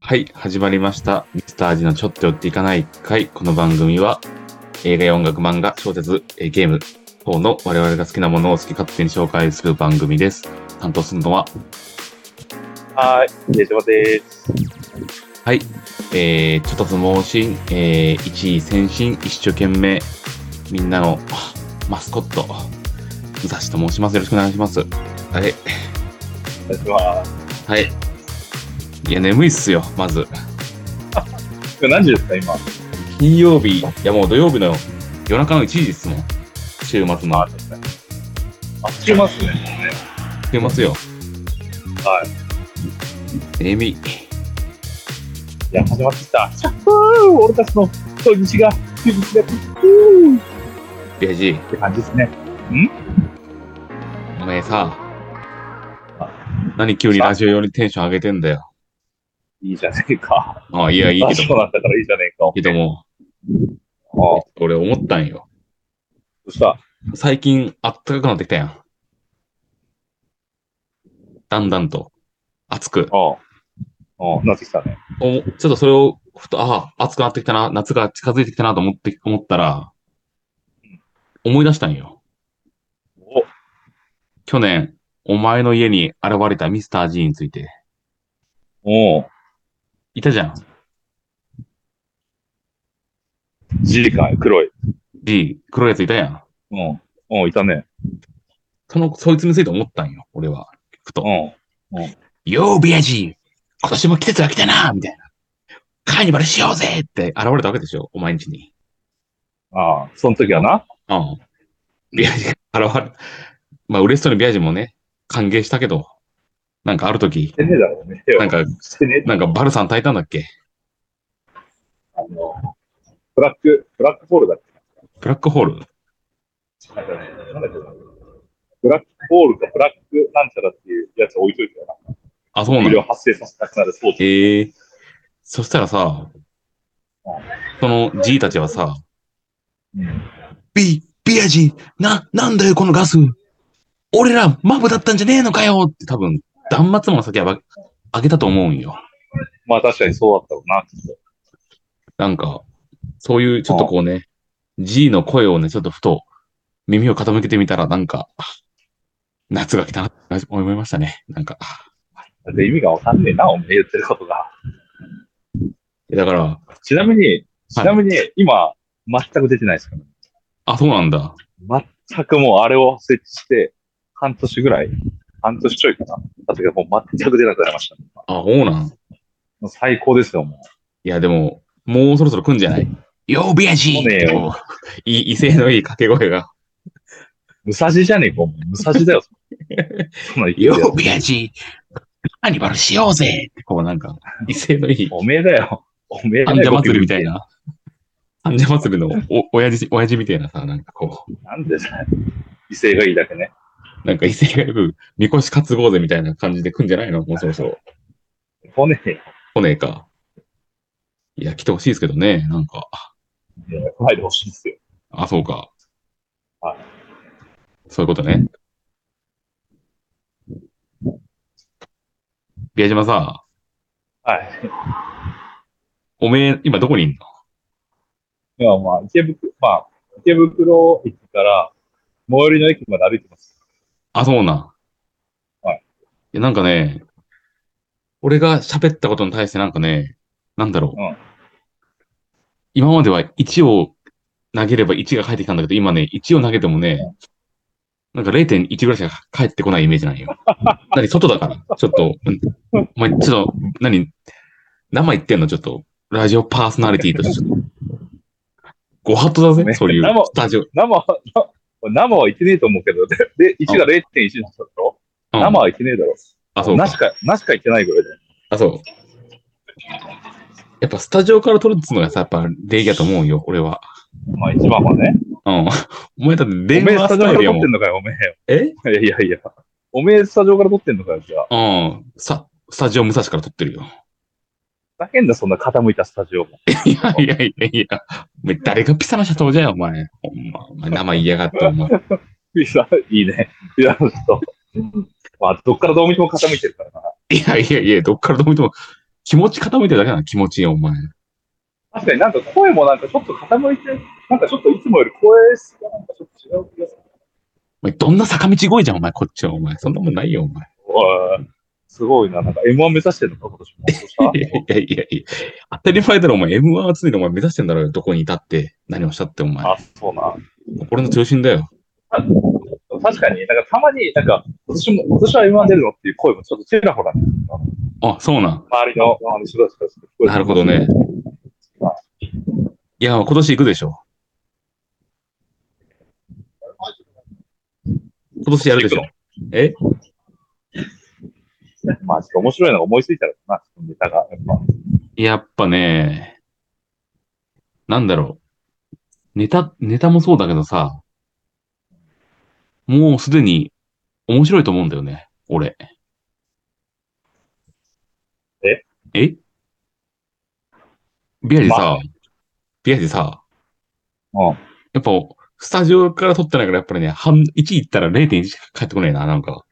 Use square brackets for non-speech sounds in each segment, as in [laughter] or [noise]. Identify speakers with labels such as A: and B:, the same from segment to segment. A: はい、始まりました。ミスター味のちょっと寄っていかない回。この番組は映画や音楽、漫画、小説、えーゲーム等の我々が好きなものを好き勝手に紹介する番組です。担当するのは、
B: はーい、出島です。
A: はい、えー、ちょっと相撲進、えー、一位先進、一生懸命、みんなのあマスコット、武蔵と申します。よろしくお願いします。あれ、
B: お願いします。
A: はい。いや、眠いっすよ、まず。
B: 今日何時ですか、今。
A: 金曜日、いやもう土曜日の夜中の1時ですもん。週末の。
B: あっちますね。
A: 週末よ。
B: はい。
A: 眠い。
B: いや、始まってきた。シャッフー俺たちの人西が、人西が、ふーっ
A: ベジ
B: て感じですね。
A: おめえさ、何急にラジオ用にテンション上げてんだよ。
B: いいじゃねえか。
A: ああ、いや、いい
B: あ
A: け
B: そ
A: ど
B: う
A: も、
B: なんだからいいじゃねえか。
A: いいけども、
B: ああ、
A: 俺思ったんよ。
B: そしたら、
A: 最近、あったかくなってきたやん。だんだんと、暑く。
B: ああ、ああ、なってきたね。
A: おちょっとそれを、ふと、ああ、暑くなってきたな、夏が近づいてきたなと思って、思ったら、思い出したんよ。
B: お、
A: 去年、お前の家に現れたミスター G について、
B: おう、
A: いたじゃん。
B: G かい、黒い。
A: G、黒いやついたやん。
B: うん、うん、いたね。
A: その、そいつについて思ったんよ、俺は。ふと
B: う。ん。
A: よう、ビアジ今年も季節が来たなみたいな。カーニバルしようぜって現れたわけでしょ、お前んちに。
B: ああ、その時はな。
A: うん。ビアジが現れ、まあ、嬉しそうにビアジもね、歓迎したけど、なんかある時
B: し、てねえだろうね。
A: なんか、
B: してねえ
A: なんかバルさん炊いたんだっけ
B: あの、ブラック、ブラックホールだっけ
A: ブラックホール
B: なんかね、なんだっけな。ブラックホールかブラックなんちゃらっていうやつ置いといてよな。
A: あ、そうな
B: 無料
A: の
B: 発生させなくなる装置。
A: ええそしたらさ、その G たちはさ、
B: うん。
A: ビ、ビアジ、な、なんだよこのガス。俺らマブだったんじゃねえのかよって多分、断末魔の先はばあげたと思うんよ。
B: まあ確かにそうだったろうな、きっと。
A: なんか、そういうちょっとこうね、G の声をね、ちょっとふと耳を傾けてみたら、なんか、夏が来たなって思いましたね。なんか。
B: だって意味がわかんねえな、お前言ってることが。
A: だから、
B: ちなみに、ちなみに今、全く出てないですか
A: あ、そうなんだ。
B: ら、全くもうあれを設置して、半年ぐらい、半年ちょいかな。だけどもう全く出なくなりました、
A: あ、そうなん。
B: もう最高ですよ、も
A: いや、でも、もうそろそろ来んじゃないよう、ビアジ
B: 来ねえよ。
A: いい、威勢のいい掛け声が。
B: う。ムサジじゃねえか、お前ムサジだよ、そそんなの言
A: よ
B: って
A: う、ビアジカーニバルしようぜってこうなんか、威勢のいい、
B: おめえだよ。おめえだ
A: 患
B: よ。
A: 者祭りみたいな。患者祭りのお、親父、親父みたいなさ、なんかこう、
B: なんでだよ。威勢がいいだけね。
A: なんか威勢がよく、みこし担ごうぜみたいな感じで来んじゃないのもうそろそろ。
B: 来ねえよ。
A: 来ねえか。いや、来てほしいですけどね、なんか。
B: いや来ないでほしいですよ。
A: あ、そうか。
B: はい
A: そういうことね。ビア島さ、
B: はい。
A: おめえ、今どこにいんの
B: ではまあ、池袋、まあ、池袋駅から、最寄りの駅まで歩いてます。
A: あ、そうなん。
B: はい
A: や。なんかね、俺が喋ったことに対してなんかね、なんだろう。
B: うん
A: 今までは1を投げれば1が返ってきたんだけど、今ね、1を投げてもね、なんか0.1ぐらいしか返ってこないイメージなん
B: [laughs]
A: よ。何、外だから。ちょっと、うんお前、ちょっと、何、生言ってんのちょっと、ラジオパーソナリティとして。ご法度だぜ、そういう
B: 生
A: スタジオ。
B: 生は、生生は行ってねえと思うけど、で、で1が0.1にしただろ、
A: うん
B: 生は行ってねえだろ。
A: あ、そう
B: な
A: か
B: し。か、なしか行ってないぐらいだよ。
A: あ、そう。やっぱスタジオから撮るっつうのがさ、やっぱ礼儀だと思うよ、俺は。
B: まあ、一番はね。
A: うん。 [laughs] お前だって
B: お
A: 電
B: めえ
A: 話ス
B: スタジオ
A: タ
B: か
A: イ
B: ら
A: ルや
B: 撮
A: も
B: って
A: ん
B: ん。のかよ、おめえ。
A: え
B: いやいやいや。おめえスタジオから撮ってんのかよ、じゃあ。
A: うん。さ、スタジオ武蔵から撮ってるよ。 [laughs]
B: ふざけんな、そんな傾いたスタジオも。
A: いやいやいやいや。お前誰がピサの社長じゃよ、お前。ほんま。お前生言いやがって、お前。 [laughs]
B: ピザ、いいね。ピザの人。まあ、どっからどう見ても傾いてるからな。
A: いやいやいや、どっからどう見ても、気持ち傾いてるだけな、気持ちいいよ、お前。
B: 確かになんか声もなんかちょっと傾いて、なんかちょっといつもより声質がなんかちょっと違う気がする。
A: お前どんな坂道声じゃん、お前、こっちは、お前。そんなもんないよ、お前。
B: おいすごいな。なんか M1 目指してるのか、今年も。どうした
A: いやいやいやいや、当たり前だろ、お前。M1 は常にお前目指してんだろ、どこにいたって。何をしたって、お前。
B: あ、そうな。
A: 心の中心だよ。
B: 確かに、なんかたまになんか、今年も、今年は M1 出るのっていう声もちょっとちらほら、
A: あ、そうなん。
B: 周りの、あの人たちからすると
A: なるほどね。いや、今年行くでしょ。今年やるでしょ。え
B: まあ、ちょっと面白いのが思いついたらな、ネタが。やっぱ
A: やっぱね、なんだろう。ネタ、ネタもそうだけどさ、もうすでに面白いと思うんだよね、俺。
B: え
A: えビアジ
B: ま
A: さ、ビアジさ、
B: うん。
A: やっぱ、スタジオから撮ってないから、やっぱりね、半、1行ったら0.1しか返ってこないな、なんか。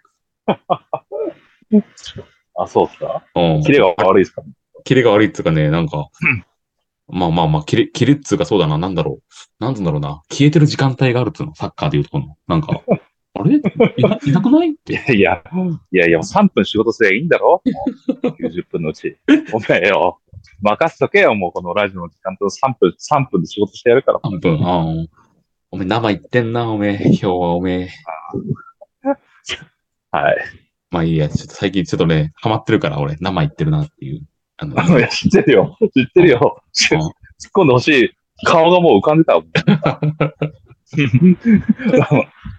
B: あ、そうっすか
A: うん。
B: キレが悪いっすか [laughs]
A: キレが悪いっつうかね、なんか、まあまあまあ、キレ、キレっつうかそうだな、なんだろう。なんつうんだろうな。消えてる時間帯があるっつうの、サッカーでいうとこの。なん [laughs] か、あれいないなくないって。
B: いや、いやいや、もう3分仕事すればいいんだろもう ?90 分のう
A: [laughs]
B: ち。おめえよ。任せとけよ、もうこのラジオの時間と3分、3分で仕事してやるから。
A: 半分。ああ。おめえ、生言ってんな、おめえ。今日はおめえ。
B: はい。
A: まあいいや、ちょっと最近ちょっとね、ハマってるから、俺、生言ってるなっていう。あ [laughs] の、
B: いや、 [laughs] 知ってるよ。知ってるよ。突っ込んでほしい。顔がもう浮かんでた
A: [laughs]
B: わ。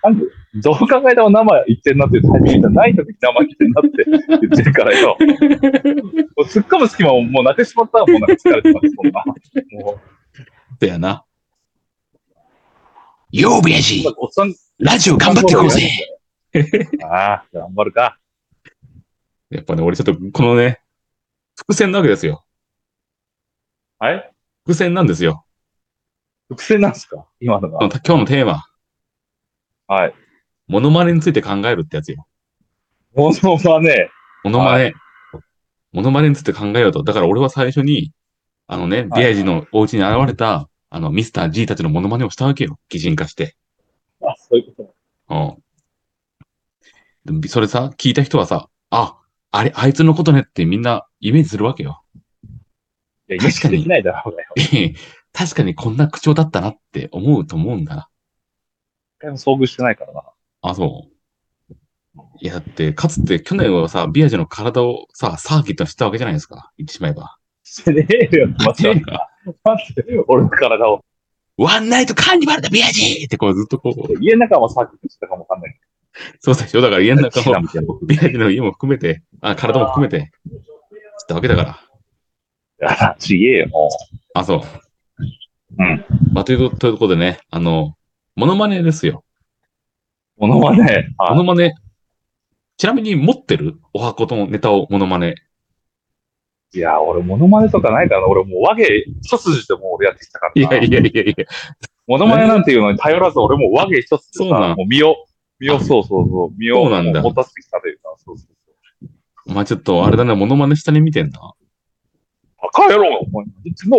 B: なんでどう考えても生言ってんなっていうタイミングじゃない時に生言ってんなって言ってるからよ。もう突っ込む隙間ももうなくしまったらもうなんか疲れてます、そんな。も
A: だよな。ようべや
B: う、
A: じ
B: おっさん、
A: ラジオ頑張ってこうぜ
B: ああ、頑張るか。
A: やっぱね、俺ちょっと、このね、伏線なわけですよ。
B: はい
A: 伏線なんですよ。
B: 伏線なんですか今の
A: この。
B: が
A: 今日のテーマ、
B: はい。
A: モノマネについて考えるってやつよ。
B: 妄想はね、
A: モノマネ。モノマネについて考えようと。だから俺は最初に、あのね、
B: はい
A: ビアジのお家に現れた、あの、ミスター G たちのモノマネをしたわけよ。擬人化して。
B: あ、そういうこ
A: うん。でもそれさ、聞いた人はさ、あ、あれ、あいつのことねってみんなイメージするわけよ。
B: と。いや、意
A: 確か
B: 識
A: に
B: できないだろう [laughs] がよ。
A: 確かにこんな口調だったなって思うと思うんだな。
B: 一回も遭遇してないからな。
A: あ、そう。いや、だって、かつて去年はさ、ビアジの体をさ、サーキットにしたわけじゃないですか。言ってしまえば。
B: してねえよ、また。待って、 [laughs] 俺の体を。
A: ワンナイトカーニバルだ、ビアジーってこうずっとこう、
B: 家の中もサーキットしてたかもわかんない。
A: そうでしょ。だから家の中
B: 知
A: [laughs]
B: ら
A: も、
B: んみたいな僕。い
A: ビアジの家も含めて、あ、体も含めて、したわけだから。
B: や、ちげえよ、も
A: あ、そう。
B: うん。
A: まあ、というと、ということでね、あの、モノマネですよ。
B: う。ものはね、
A: モ
B: あ
A: ノマネ。ちなみに持ってるお箱とネタをモノマネ。
B: いや、俺、モノマネとかないからな。俺、もう、和芸一筋でもう俺やってきたから
A: い
B: な。
A: やいやいやいや。
B: モノマネなんていうのに頼らず、俺もう和芸一つ
A: そう
B: で
A: なん
B: さ、もう身を、身を、そうそうそう、身
A: そ
B: を
A: うなんだ
B: 持たせてきたというか、そうそうそう。
A: お前ちょっと、あれだな、モノマネ下に見てんな。
B: バカ野郎、お前、何言ってんの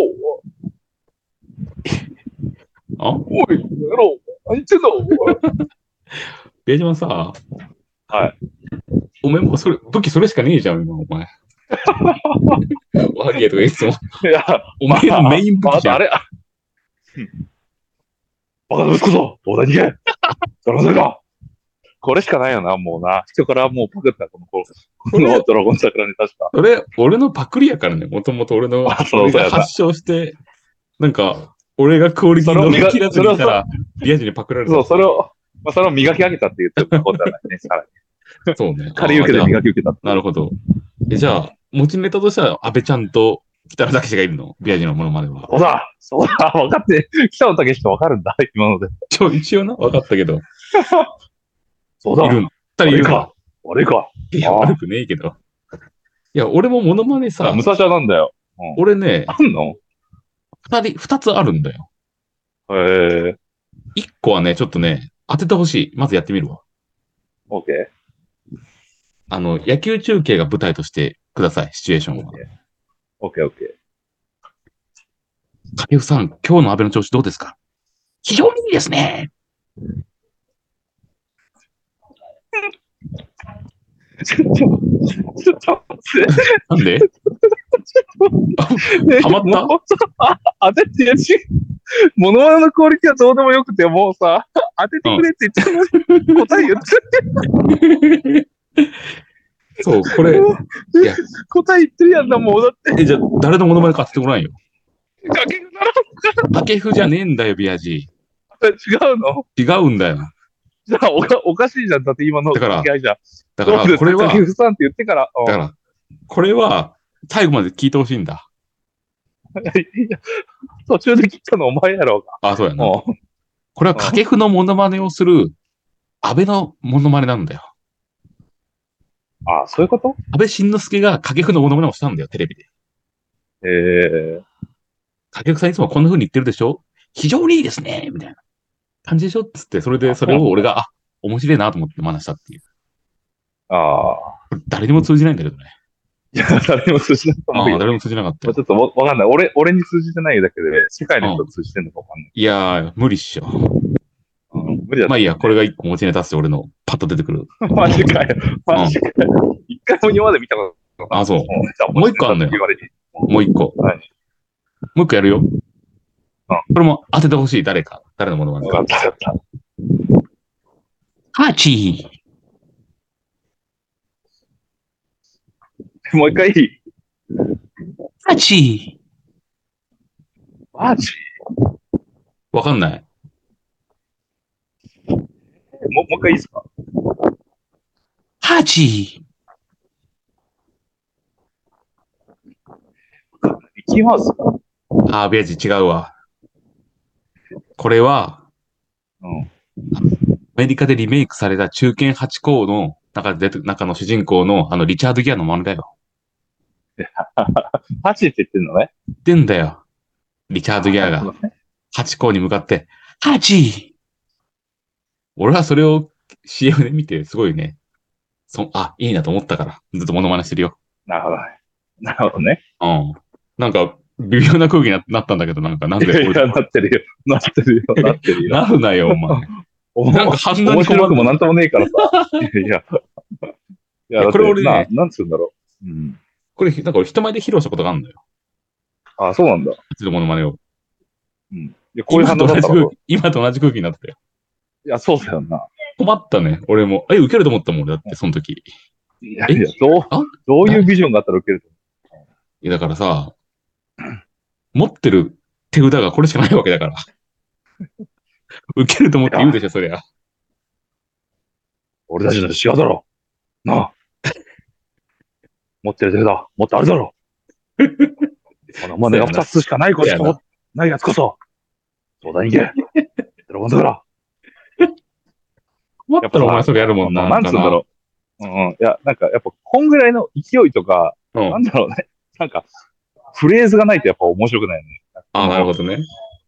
A: あ
B: おい、野郎、何言ってんのおい [laughs]
A: ベージマンさ、
B: はい。
A: お前もうそれ、武器それしかねえじゃん、今、お [laughs] 前。ワーゲーとかいつも。
B: いや、
A: お前のメイン武
B: あ
A: 器
B: あ
A: じ
B: と
A: ゃ
B: あ
A: ん。
B: れ、あうんバカの息子ぞ、大谷逃げ、ドラゴンか。これしかないよな、もうな。人からもうパクった、この、こ
A: これ
B: のドラゴン桜ネタしか。
A: それ、俺のパクリやからね、もともと俺の、
B: あそう
A: 俺
B: そう
A: が
B: やな
A: 発症して、なんか、俺がクオリティの見切らずにいた
B: それ
A: ら、リアジにパクられた。
B: そう、それを、まあ、それを磨き上げたって言っても過言ではないね、さ [laughs] らに。
A: そうね。
B: 仮受けで
A: あじゃ
B: 磨き受けたって
A: あなるほど。え、じゃあ、持ちネタとしては、安倍ちゃんと北野武がいるのリアジのものまでは。
B: そうだ、そうだ、分かって、北野武しか分かるんだ、今ので。
A: 一応、一応な、分かったけど。
B: そう
A: いる
B: だ、
A: ん。二人いる
B: 俺
A: か
B: か。俺か。
A: いや、
B: あ
A: 悪くねえけど。いや、俺もモノマネさ
B: 武、蔵屋なんだよ。
A: 俺ね、
B: あんの
A: 二人、二つあるんだよ。
B: へえ。
A: 一個はね、ちょっとね、当ててほしい。まずやってみるわ。
B: OK。
A: あの、野球中継が舞台としてください、シチュエーションは。
B: OK、OK。
A: 掛布さん、今日の安倍の調子どうですか非常にいいですね。
B: ちょっと、ちょっと待って。
A: なんで
B: ね
A: ハマった
B: もう [laughs] さ当ててやし、モノマネのクオリティはどうでもよくて、もうさ、当ててくれって言っても、答え言って
A: そう、これ
B: る、
A: いや
B: 答え言ってるやんだ、もう。だって、
A: え、じゃあ誰のモノマネか当ててごらんよ。
B: 掛けなら
A: 掛布じゃねえんだよ、ビアジ。
B: 違うの
A: 違うんだよ。
B: じゃあおか、おかしいじゃん。だって今の
A: だから
B: 付き合いじゃん。
A: だか
B: どうで
A: ら、
B: す
A: これは、
B: 竹
A: だ
B: 内さんって言ってから、うん
A: から、これは、最後まで聞いてほしいんだ。
B: いや途中で切ったのお前やろうが。
A: あ、そうやな。
B: もう
A: これは掛布のモノマネをする、安倍のモノマネなんだよ。
B: あ、そういうこと
A: 安倍晋之助が掛布のモノマネをしたんだよ、テレビで。
B: ええ
A: 掛布さんいつもこんな風に言ってるでしょ非常にいいですねみたいな感じでしょつって、それで、それを俺が、あ、面白いなと思って真似したっていう。
B: ああ。
A: 誰にも通じないんだけどね。
B: いや、誰も通じないと
A: あ
B: 思うよ。
A: 誰も通じなかった
B: まあ
A: よ。
B: ちょっとわわかんない。俺、俺に通じてないだけで、世界の人に通じてんのかわかんない。
A: いやー、無理っしょ。
B: うん無理だ
A: まあいいや、これが一個持ちネタっすよ、俺の。パッと出てくる。
B: マジかよ。マジかよ。一回も今まで見たことない。
A: あそう
B: うん。
A: もう一個あんのよ
B: 言われて
A: もう一個。
B: はい
A: もう一個やるよ。これも当ててほしい、誰か。誰のものなん
B: 分
A: で
B: かった分かった。
A: ハーチー。
B: [laughs] もう一回いい。
A: ハーチ
B: マジ
A: ー。わかんない。
B: もうもう一回いいですか
A: ハーチ
B: ミッキーマウス
A: ー。あー、ビアジ違うわ。これは、
B: うん。
A: アメリカでリメイクされた中堅八校の中で出て、中の主人公のあのリチャード・ギアの真似だよ。
B: マジって言ってんのね。
A: 言ってんだよ。リチャード・ギアが。八校に向かって、ハチ俺はそれを CM で見て、すごいね、そ、あ、いいなと思ったから、ずっとモノマネしてるよ。
B: なるほど。なるほどね。
A: うん。なんか、微妙な空気にななったんだけど、なんか、なん
B: い
A: で
B: やい
A: 俺
B: や、なってるよ。なってるよ。なってるよ。
A: なるなよ、お
B: [laughs]
A: 前。[laughs] な
B: お
A: んか
B: 前
A: 反応
B: 面
A: に困
B: 白く
A: る。
B: もなんともねえからさ。
A: [laughs]
B: いやいや。いや、だって
A: これ俺ね
B: な、なんつうんだろう。うん。
A: これ、なんか俺人前で披露したことがあるんだよ。
B: あ、そうなんだ。い
A: ハチのモノマネを。
B: や、こういう反応だっ
A: 今
B: た
A: と同
B: ら
A: じ空気今と同じ空気になってたよ。
B: いや、そうだよな。
A: 困ったね、俺も。え、受けると思ったもん、俺だって、その時。
B: いやいや、どう
A: あ、
B: どういうビジョンがあったら受けると
A: いや、だからさ、持ってる手札がこれしかないわけだから。 [laughs] 受けると思って言うでしょ、そりゃ。
B: 俺たちの仕業だろ。なあ。持ってる手だ。もっとあるだろ。この真似が二つしかないことしかもないやつこそ、東大に行け。ドラゴン桜。
A: 困ったらお前それやるもんな。
B: なんつうんだろう。うんうん。いや、なんか、やっぱ、こんぐらいの勢いとか、
A: う。う
B: なん
A: ん。
B: だろうね。なんか、フレーズがないとやっぱ面白くないよね。
A: あなるほどね。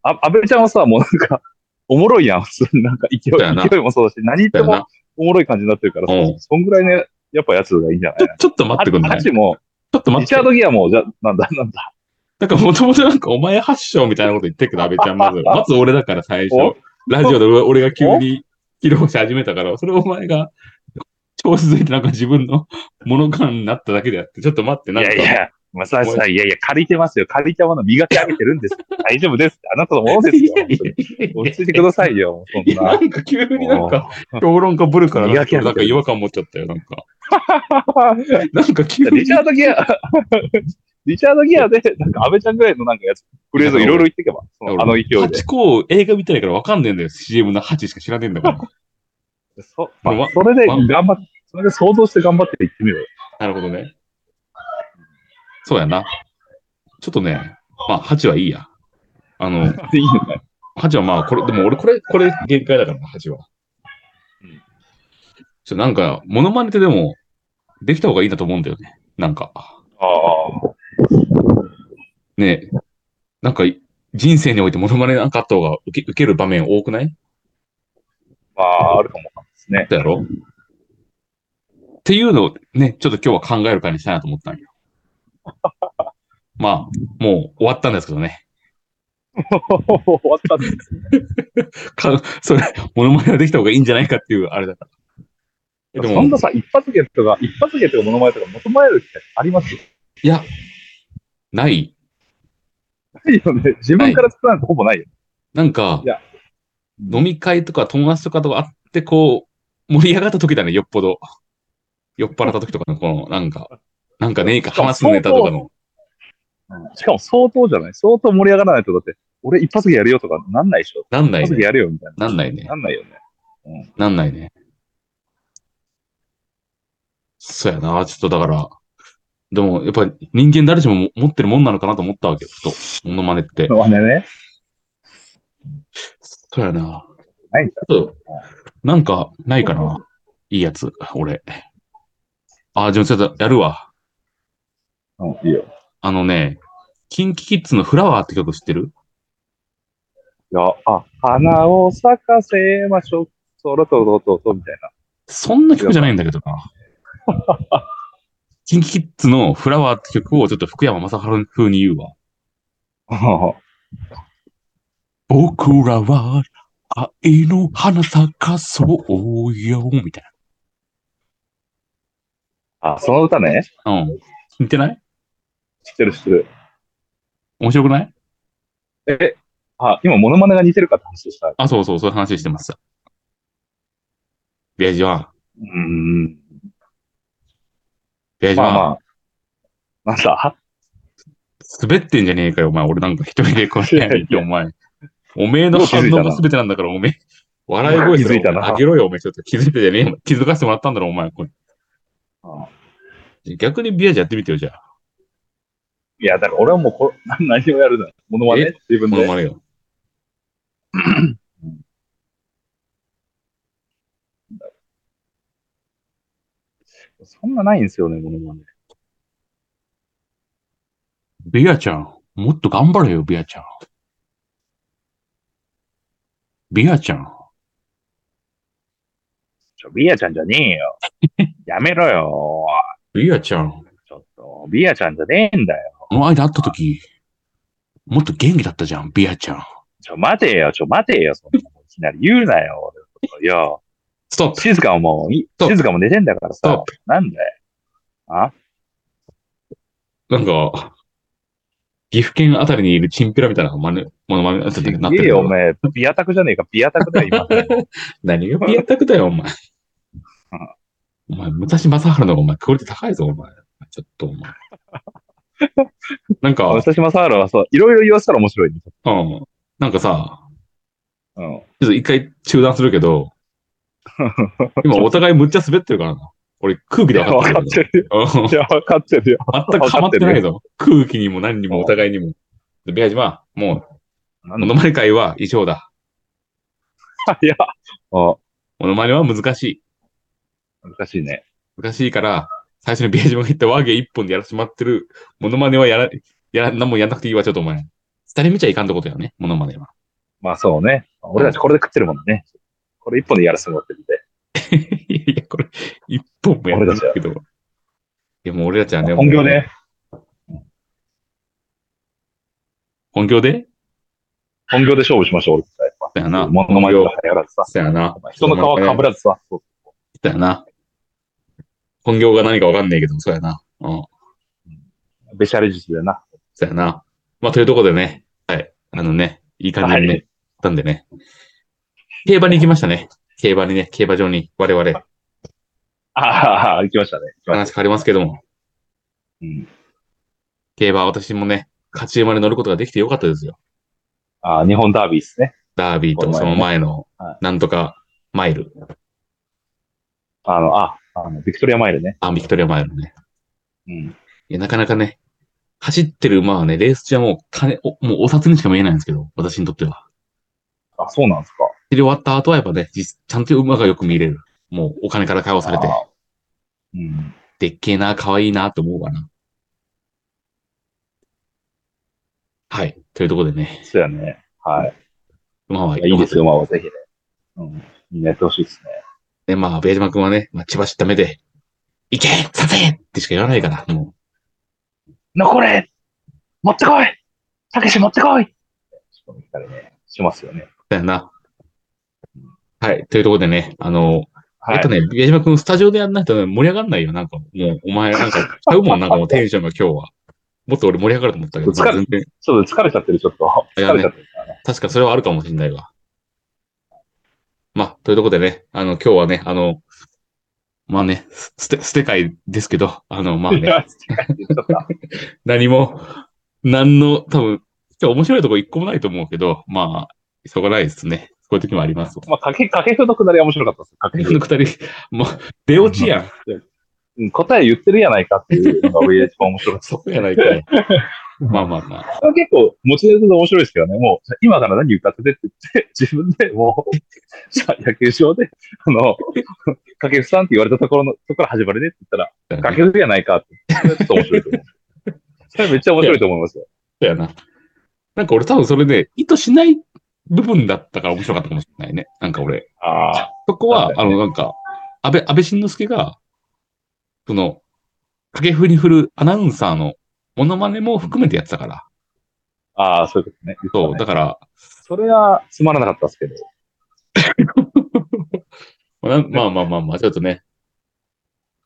B: あ、安倍ちゃんはさ、もうなんか、おもろいやん。普通になんか勢い、
A: そうやな
B: 勢いもそうだし、何言っ
A: だ
B: て
A: よ
B: も
A: な。
B: おもろい感じになってるからさ、
A: うん
B: そんぐらいの、やっぱやつがいいんじゃない
A: ちょ、ちょっと待ってくんな
B: ハ
A: い
B: チ
A: ち
B: も、
A: ょっと待
B: リ
A: って
B: チャー。ドギアも、じゃ、なんだ、なんだ。
A: なんかもともとなんかお前発祥みたいなこと言ってるけど、安倍ちゃんまず。まず俺だから最
B: お
A: 初。ラジオで俺俺が急に披露し始めたから、それをお前が調子づいてなんか自分のもの感になっただけであって、ちょっと待って、
B: い
A: なんか。
B: やいや、マサさん、いやいや、借りてますよ。借りたもの磨き上げてるん [laughs] です。大丈夫です。あなたのものですよ。
A: [laughs] いやいやいや
B: 落ち着いてくださいよ、そん
A: いやな
B: [laughs] な。
A: んか急になんか、評論家ぶるから、
B: 磨
A: なん
B: き
A: か
B: 上げてる
A: なんか違和感持っちゃったよ、なんか。なんか急に
B: リ。チャードギア、 [laughs] リチャードギアで、なんか安倍ちゃんぐらいのなんかやつ、フレーズをいろいろ言ってけば、そのあの勢い
A: ハ
B: で
A: チ。公映画見てないからわかんねえんだよ。CM のハチしか知らねえんだから。
B: そ,、まあ
A: わ
B: それで
A: わ
B: 頑張って、それで想像して頑張っていってみよう [laughs] よ。
A: なるほどね。そうやな。ちょっとね、まあ、ハチはいいや。あの、
B: いいのかよ
A: ハチはまあ、これ、でも俺これ、これ限界だからな、ハチは。
B: うん
A: ちょっとなんか、モノマネってでも、できた方がいいなと思うんだよね。なんか、
B: あ
A: ねえ、なんか、人生においてモノマネなんかあった方が受け、受ける場面多くない
B: まあ、あるかもわかんないですね。
A: だろっていうのをね、ちょっと今日は考える会にしたいなと思ったん
B: [laughs]
A: よ。まあ、もう終わったんですけどね。
B: [laughs] 終わったんです。
A: かそれ、モノマネができた方がいいんじゃないかっていうあれだから。で
B: そん
A: も
B: な、さ、一発芸とか、一発芸とか物前とか求まれる機会あります
A: いや、ない。
B: ないよね。自分から作らないとほぼないよ。
A: なんか
B: いや、
A: 飲み会とか友達とかと会ってこう、盛り上がった時だね、よっぽど。酔っ払った時とかのこの、なんか、なんかねえか話すネタとかの。
B: しかも相当じゃない相当盛り上がらないと、だって、俺一発芸やるよとかなんないでしょ
A: なんない
B: 一発
A: ね。
B: 芸やるよみたい
A: なんないね
B: な。。なんないよね。
A: なんないね。そうやな、ちょっとだから。でも、やっぱり人間誰しもも持ってるもんなのかなと思ったわけよ、ふと。モノマネって。
B: まあね。
A: そうやな。
B: ないんだ。
A: そうなんか、ないかな。いいやつ、俺。あ、じゃあちょっとやるわ。
B: うん、いいよ。
A: あのね、キンキキッズのフラワーって曲知ってる
B: いや、あ、花を咲かせましょう。そろそろととみたいな。
A: そんな曲じゃないんだけどな。
B: [laughs]
A: キンキキッズのフラワーって曲をちょっと福山雅治風に言うわ。僕らは愛の花咲かそうよ、みたい
B: [laughs] あ、その歌ね。
A: な。うん。似てない
B: 知ってる知ってる。
A: 面白くない
B: え、あ、今モノマネが似てるかって話でした。う
A: あ、そうそう、そういう話してます。ベージュワン。
B: ーん。
A: ベージュ
B: まあ
A: ワン。
B: まあ。なんだ
A: 滑ってんじゃねえかよ、お前。俺なんか一人でこうやって、お前。おめえの反応が全てなんだから、おめえ。笑い声する
B: 気づいたな
A: あげろよ、おめえ。ちょっと気づいてじゃねえよ。気づかせてもらったんだろ、お前。こ
B: あ
A: れ逆にビアージュやってみてよ、じゃあ。
B: いや、だから俺はもうこな [laughs] 何をやるのモノマネ
A: え
B: 自分
A: モノ
B: で。
A: マネよ。
B: そんなないんですよね、モノマネ。
A: ビアちゃん、もっと頑張れよ、ビアちゃん。ビアちゃん。
B: ちょ、ビアちゃんじゃねえ
A: [laughs]
B: よ。やめろよ。
A: ビアちゃん、
B: ちょっと、ビアちゃんじゃねえんだよ。
A: この間会った時、もっと元気だったじゃん、ビアちゃん。
B: ちょ、待てよ、ちょ、待てよ、そんなこといきなり言うなよ、俺のことよ。
A: ストップ、
B: 静かはもうい、
A: そう
B: 静かも寝てんだから
A: ストッ
B: さ。なんだよ。あ
A: プ。なんか、岐阜県あたりにいるチンピラみたいなものまね、なってるなって
B: いい
A: る
B: よ、お前。ビアタクじゃねえか、ビアタクだよ、
A: [laughs]
B: 今。
A: 何がビアタクだよ、お前。お前、武蔵正治の方がお前、クオリティ高いぞ、お前。ちょっと、お
B: [laughs]
A: 前。なんか、
B: 武蔵正原はそう、いろいろ言わせたら面白いね。
A: うん。なんかさ、
B: うん。
A: ちょっと一回中断するけど、
B: [laughs]
A: 今お互いむっちゃ滑ってるからな。俺空気で分かっ
B: 分
A: て
B: か
A: るけ
B: って
A: [laughs]
B: るよ。
A: ど。うん
B: いや、分かってるよ。
A: [laughs] 全くハマってないぞ。空気にも何にもお互いにも。ビアジマ、もう、モノマネ会は異常だ。
B: いや、あ
A: モノマネは難しい。
B: 難しいね。
A: 難しいから、最初にビアジマが言った和芸一本でやらしてもらってる、モノマネはやら、やら、何もやんなくていいわ、ちょっとお前。伝え見ちゃいかんってことやね、モノマネは。 [laughs]
B: まあそうね。俺たちこれで食ってるもんね。これ一本でやらせてもらってるんで。
A: いやいや、これ、一本もやってないけど。いや、もう俺たちはね、
B: 本
A: も
B: 業
A: う。
B: ね。
A: 本業で
B: 本業で勝負しましょう、俺たちはやっぱ。
A: だよな。
B: 物前とかやらずさ。
A: そうやな。
B: 人の顔かぶ
A: ら
B: らずさ。そう
A: だよな。本業が何かわかんないけど、そうやな。うん。
B: ベシャル術でな。
A: そうやな。まあ、というところでね、はい。あのね、いい感じにね、
B: は
A: ったんでね。競馬に行きましたね。競馬にね、競馬場に我々、
B: ああ、行きましたね。行きまし
A: 話変わりますけども、
B: たうん
A: 競馬私もね、勝ち馬に乗ることができてよかったですよ。
B: ああ、日本ダービーですね。
A: ダービー
B: ことの前
A: そ
B: ね
A: の前の
B: は、
A: なんとかマイル、
B: あの、あ、あの、ビクトリアマイルね。
A: あ、ビクトリアマイルね。
B: うん。
A: いや、なかなかね、走ってる馬はね、レース中はもう金、おもうお札にしか見えないんですけど、私にとっては。
B: あ、そうなんですか。
A: 走り終わった後はやっぱね、実ちゃんと馬がよく見れる。もうお金から解放されて
B: あ、あうん。
A: でっけえな、可愛いなと思うわな。はい。というところでね、
B: そうやね。はい。
A: 馬はい
B: いいです
A: よ。
B: よ、まあ、ぜひね。うん。みんなやってほしいですね。
A: で、まあ、ベージマ君はね、まあ、千葉市ダメで、行けさせってしか言わないから、も
B: 残れ持ってこいたけし持ってこい仕込み来たりね、しますよね。
A: う。だよな。はい。というところでね、あの、
B: は
A: え
B: い
A: っと。ね、ベージマ君スタジオでやんないと、ね、盛り上がんないよ。なんか、もう、お前、なんか、ちゃうもん、なんかもうテンションが今日は。もっと俺盛り上がると思ったけど、
B: 疲れ
A: 全然、
B: ちょっと疲れちゃってる、ちょっと。
A: いや
B: 疲
A: ね
B: れちゃってるからね。
A: [laughs] 確かそれはあるかもしれないわ。まあ、というところでね、あの、今日はね、あの、まあね、す捨て、捨て会ですけど、あの、まあ
B: い
A: ね、
B: や疲れてるちょっと
A: 何も、何の、多分、今日面白いとこ一個もないと思うけど、まあ、しょうがないですね。こういう時もあります。
B: まあ、かけ、かけふのくだりは面白かったです。かけ
A: こ
B: ふの
A: [laughs] の二人、もう、出落ちやん。
B: うん答え言ってるやないかっていうのが、俺一番面白かっ
A: そこやないかい。まあまあまあ。
B: た。結構、持ち出すの面白いですけどね、もう、今から何歌っててって言って、 [laughs] 自分でもう、じゃあ野球場で、あの、 [laughs] かけふさんって言われたところの、ところから始まりねって言ったら、かけふやないかって。それちょっと面白いと思う。 [laughs] それめっちゃ面白いと思いますよ。
A: そうやな。なんか俺多分それで、意図しない部分だったから面白かったかもしれないね。なんか俺。
B: ああ。
A: そこは、
B: そうだ
A: あ
B: よね
A: の、なんか、安倍、安倍晋之助が、その、掛布に振るアナウンサーのモノマネも含めてやってたから。
B: ああ、そういうことね。
A: そう、だから、
B: それはつまらなかったですけど。
A: まあまあまあまあまあ、ちょっとね。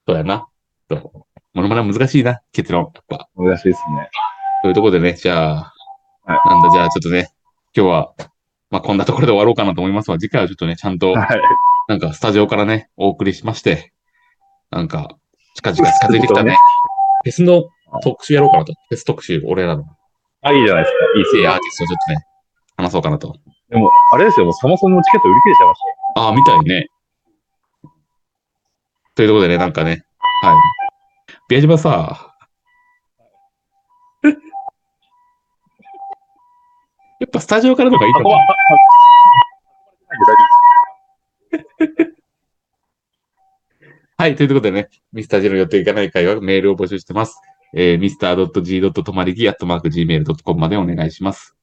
A: そうやな。そう。ものまね難しいな、結論。やっぱ。
B: 難しいですね。
A: そういうところでね、じゃあ、
B: は
A: なんだ、じゃあちょっとね、今日は、まあこんなところで終わろうかなと思いますが、次回はちょっとね、ちゃんと、
B: はい。
A: なんかスタジオからね、お送りしまして、なんか、近々近づいてきたね、フェスの特集やろうかなと。フェス特集、俺らの、
B: あ、いいじゃないですか。いいっす
A: いい
B: ね
A: アーティストをちょっとね、話そうかなと。
B: でも、あれですよ、もうそもそもチケット売り切れちゃいまし
A: ああ、みたいね。というところでね、なんかね、はい。ビアジバさ、やっぱスタジオからの方がいい
B: た。
A: か
B: あ、
A: も
B: こ。は、
A: はい、ということでね、ミスター G の予定がない会はメールを募集してます。えー、mr.g.tomarigi.gmail.com までお願いします。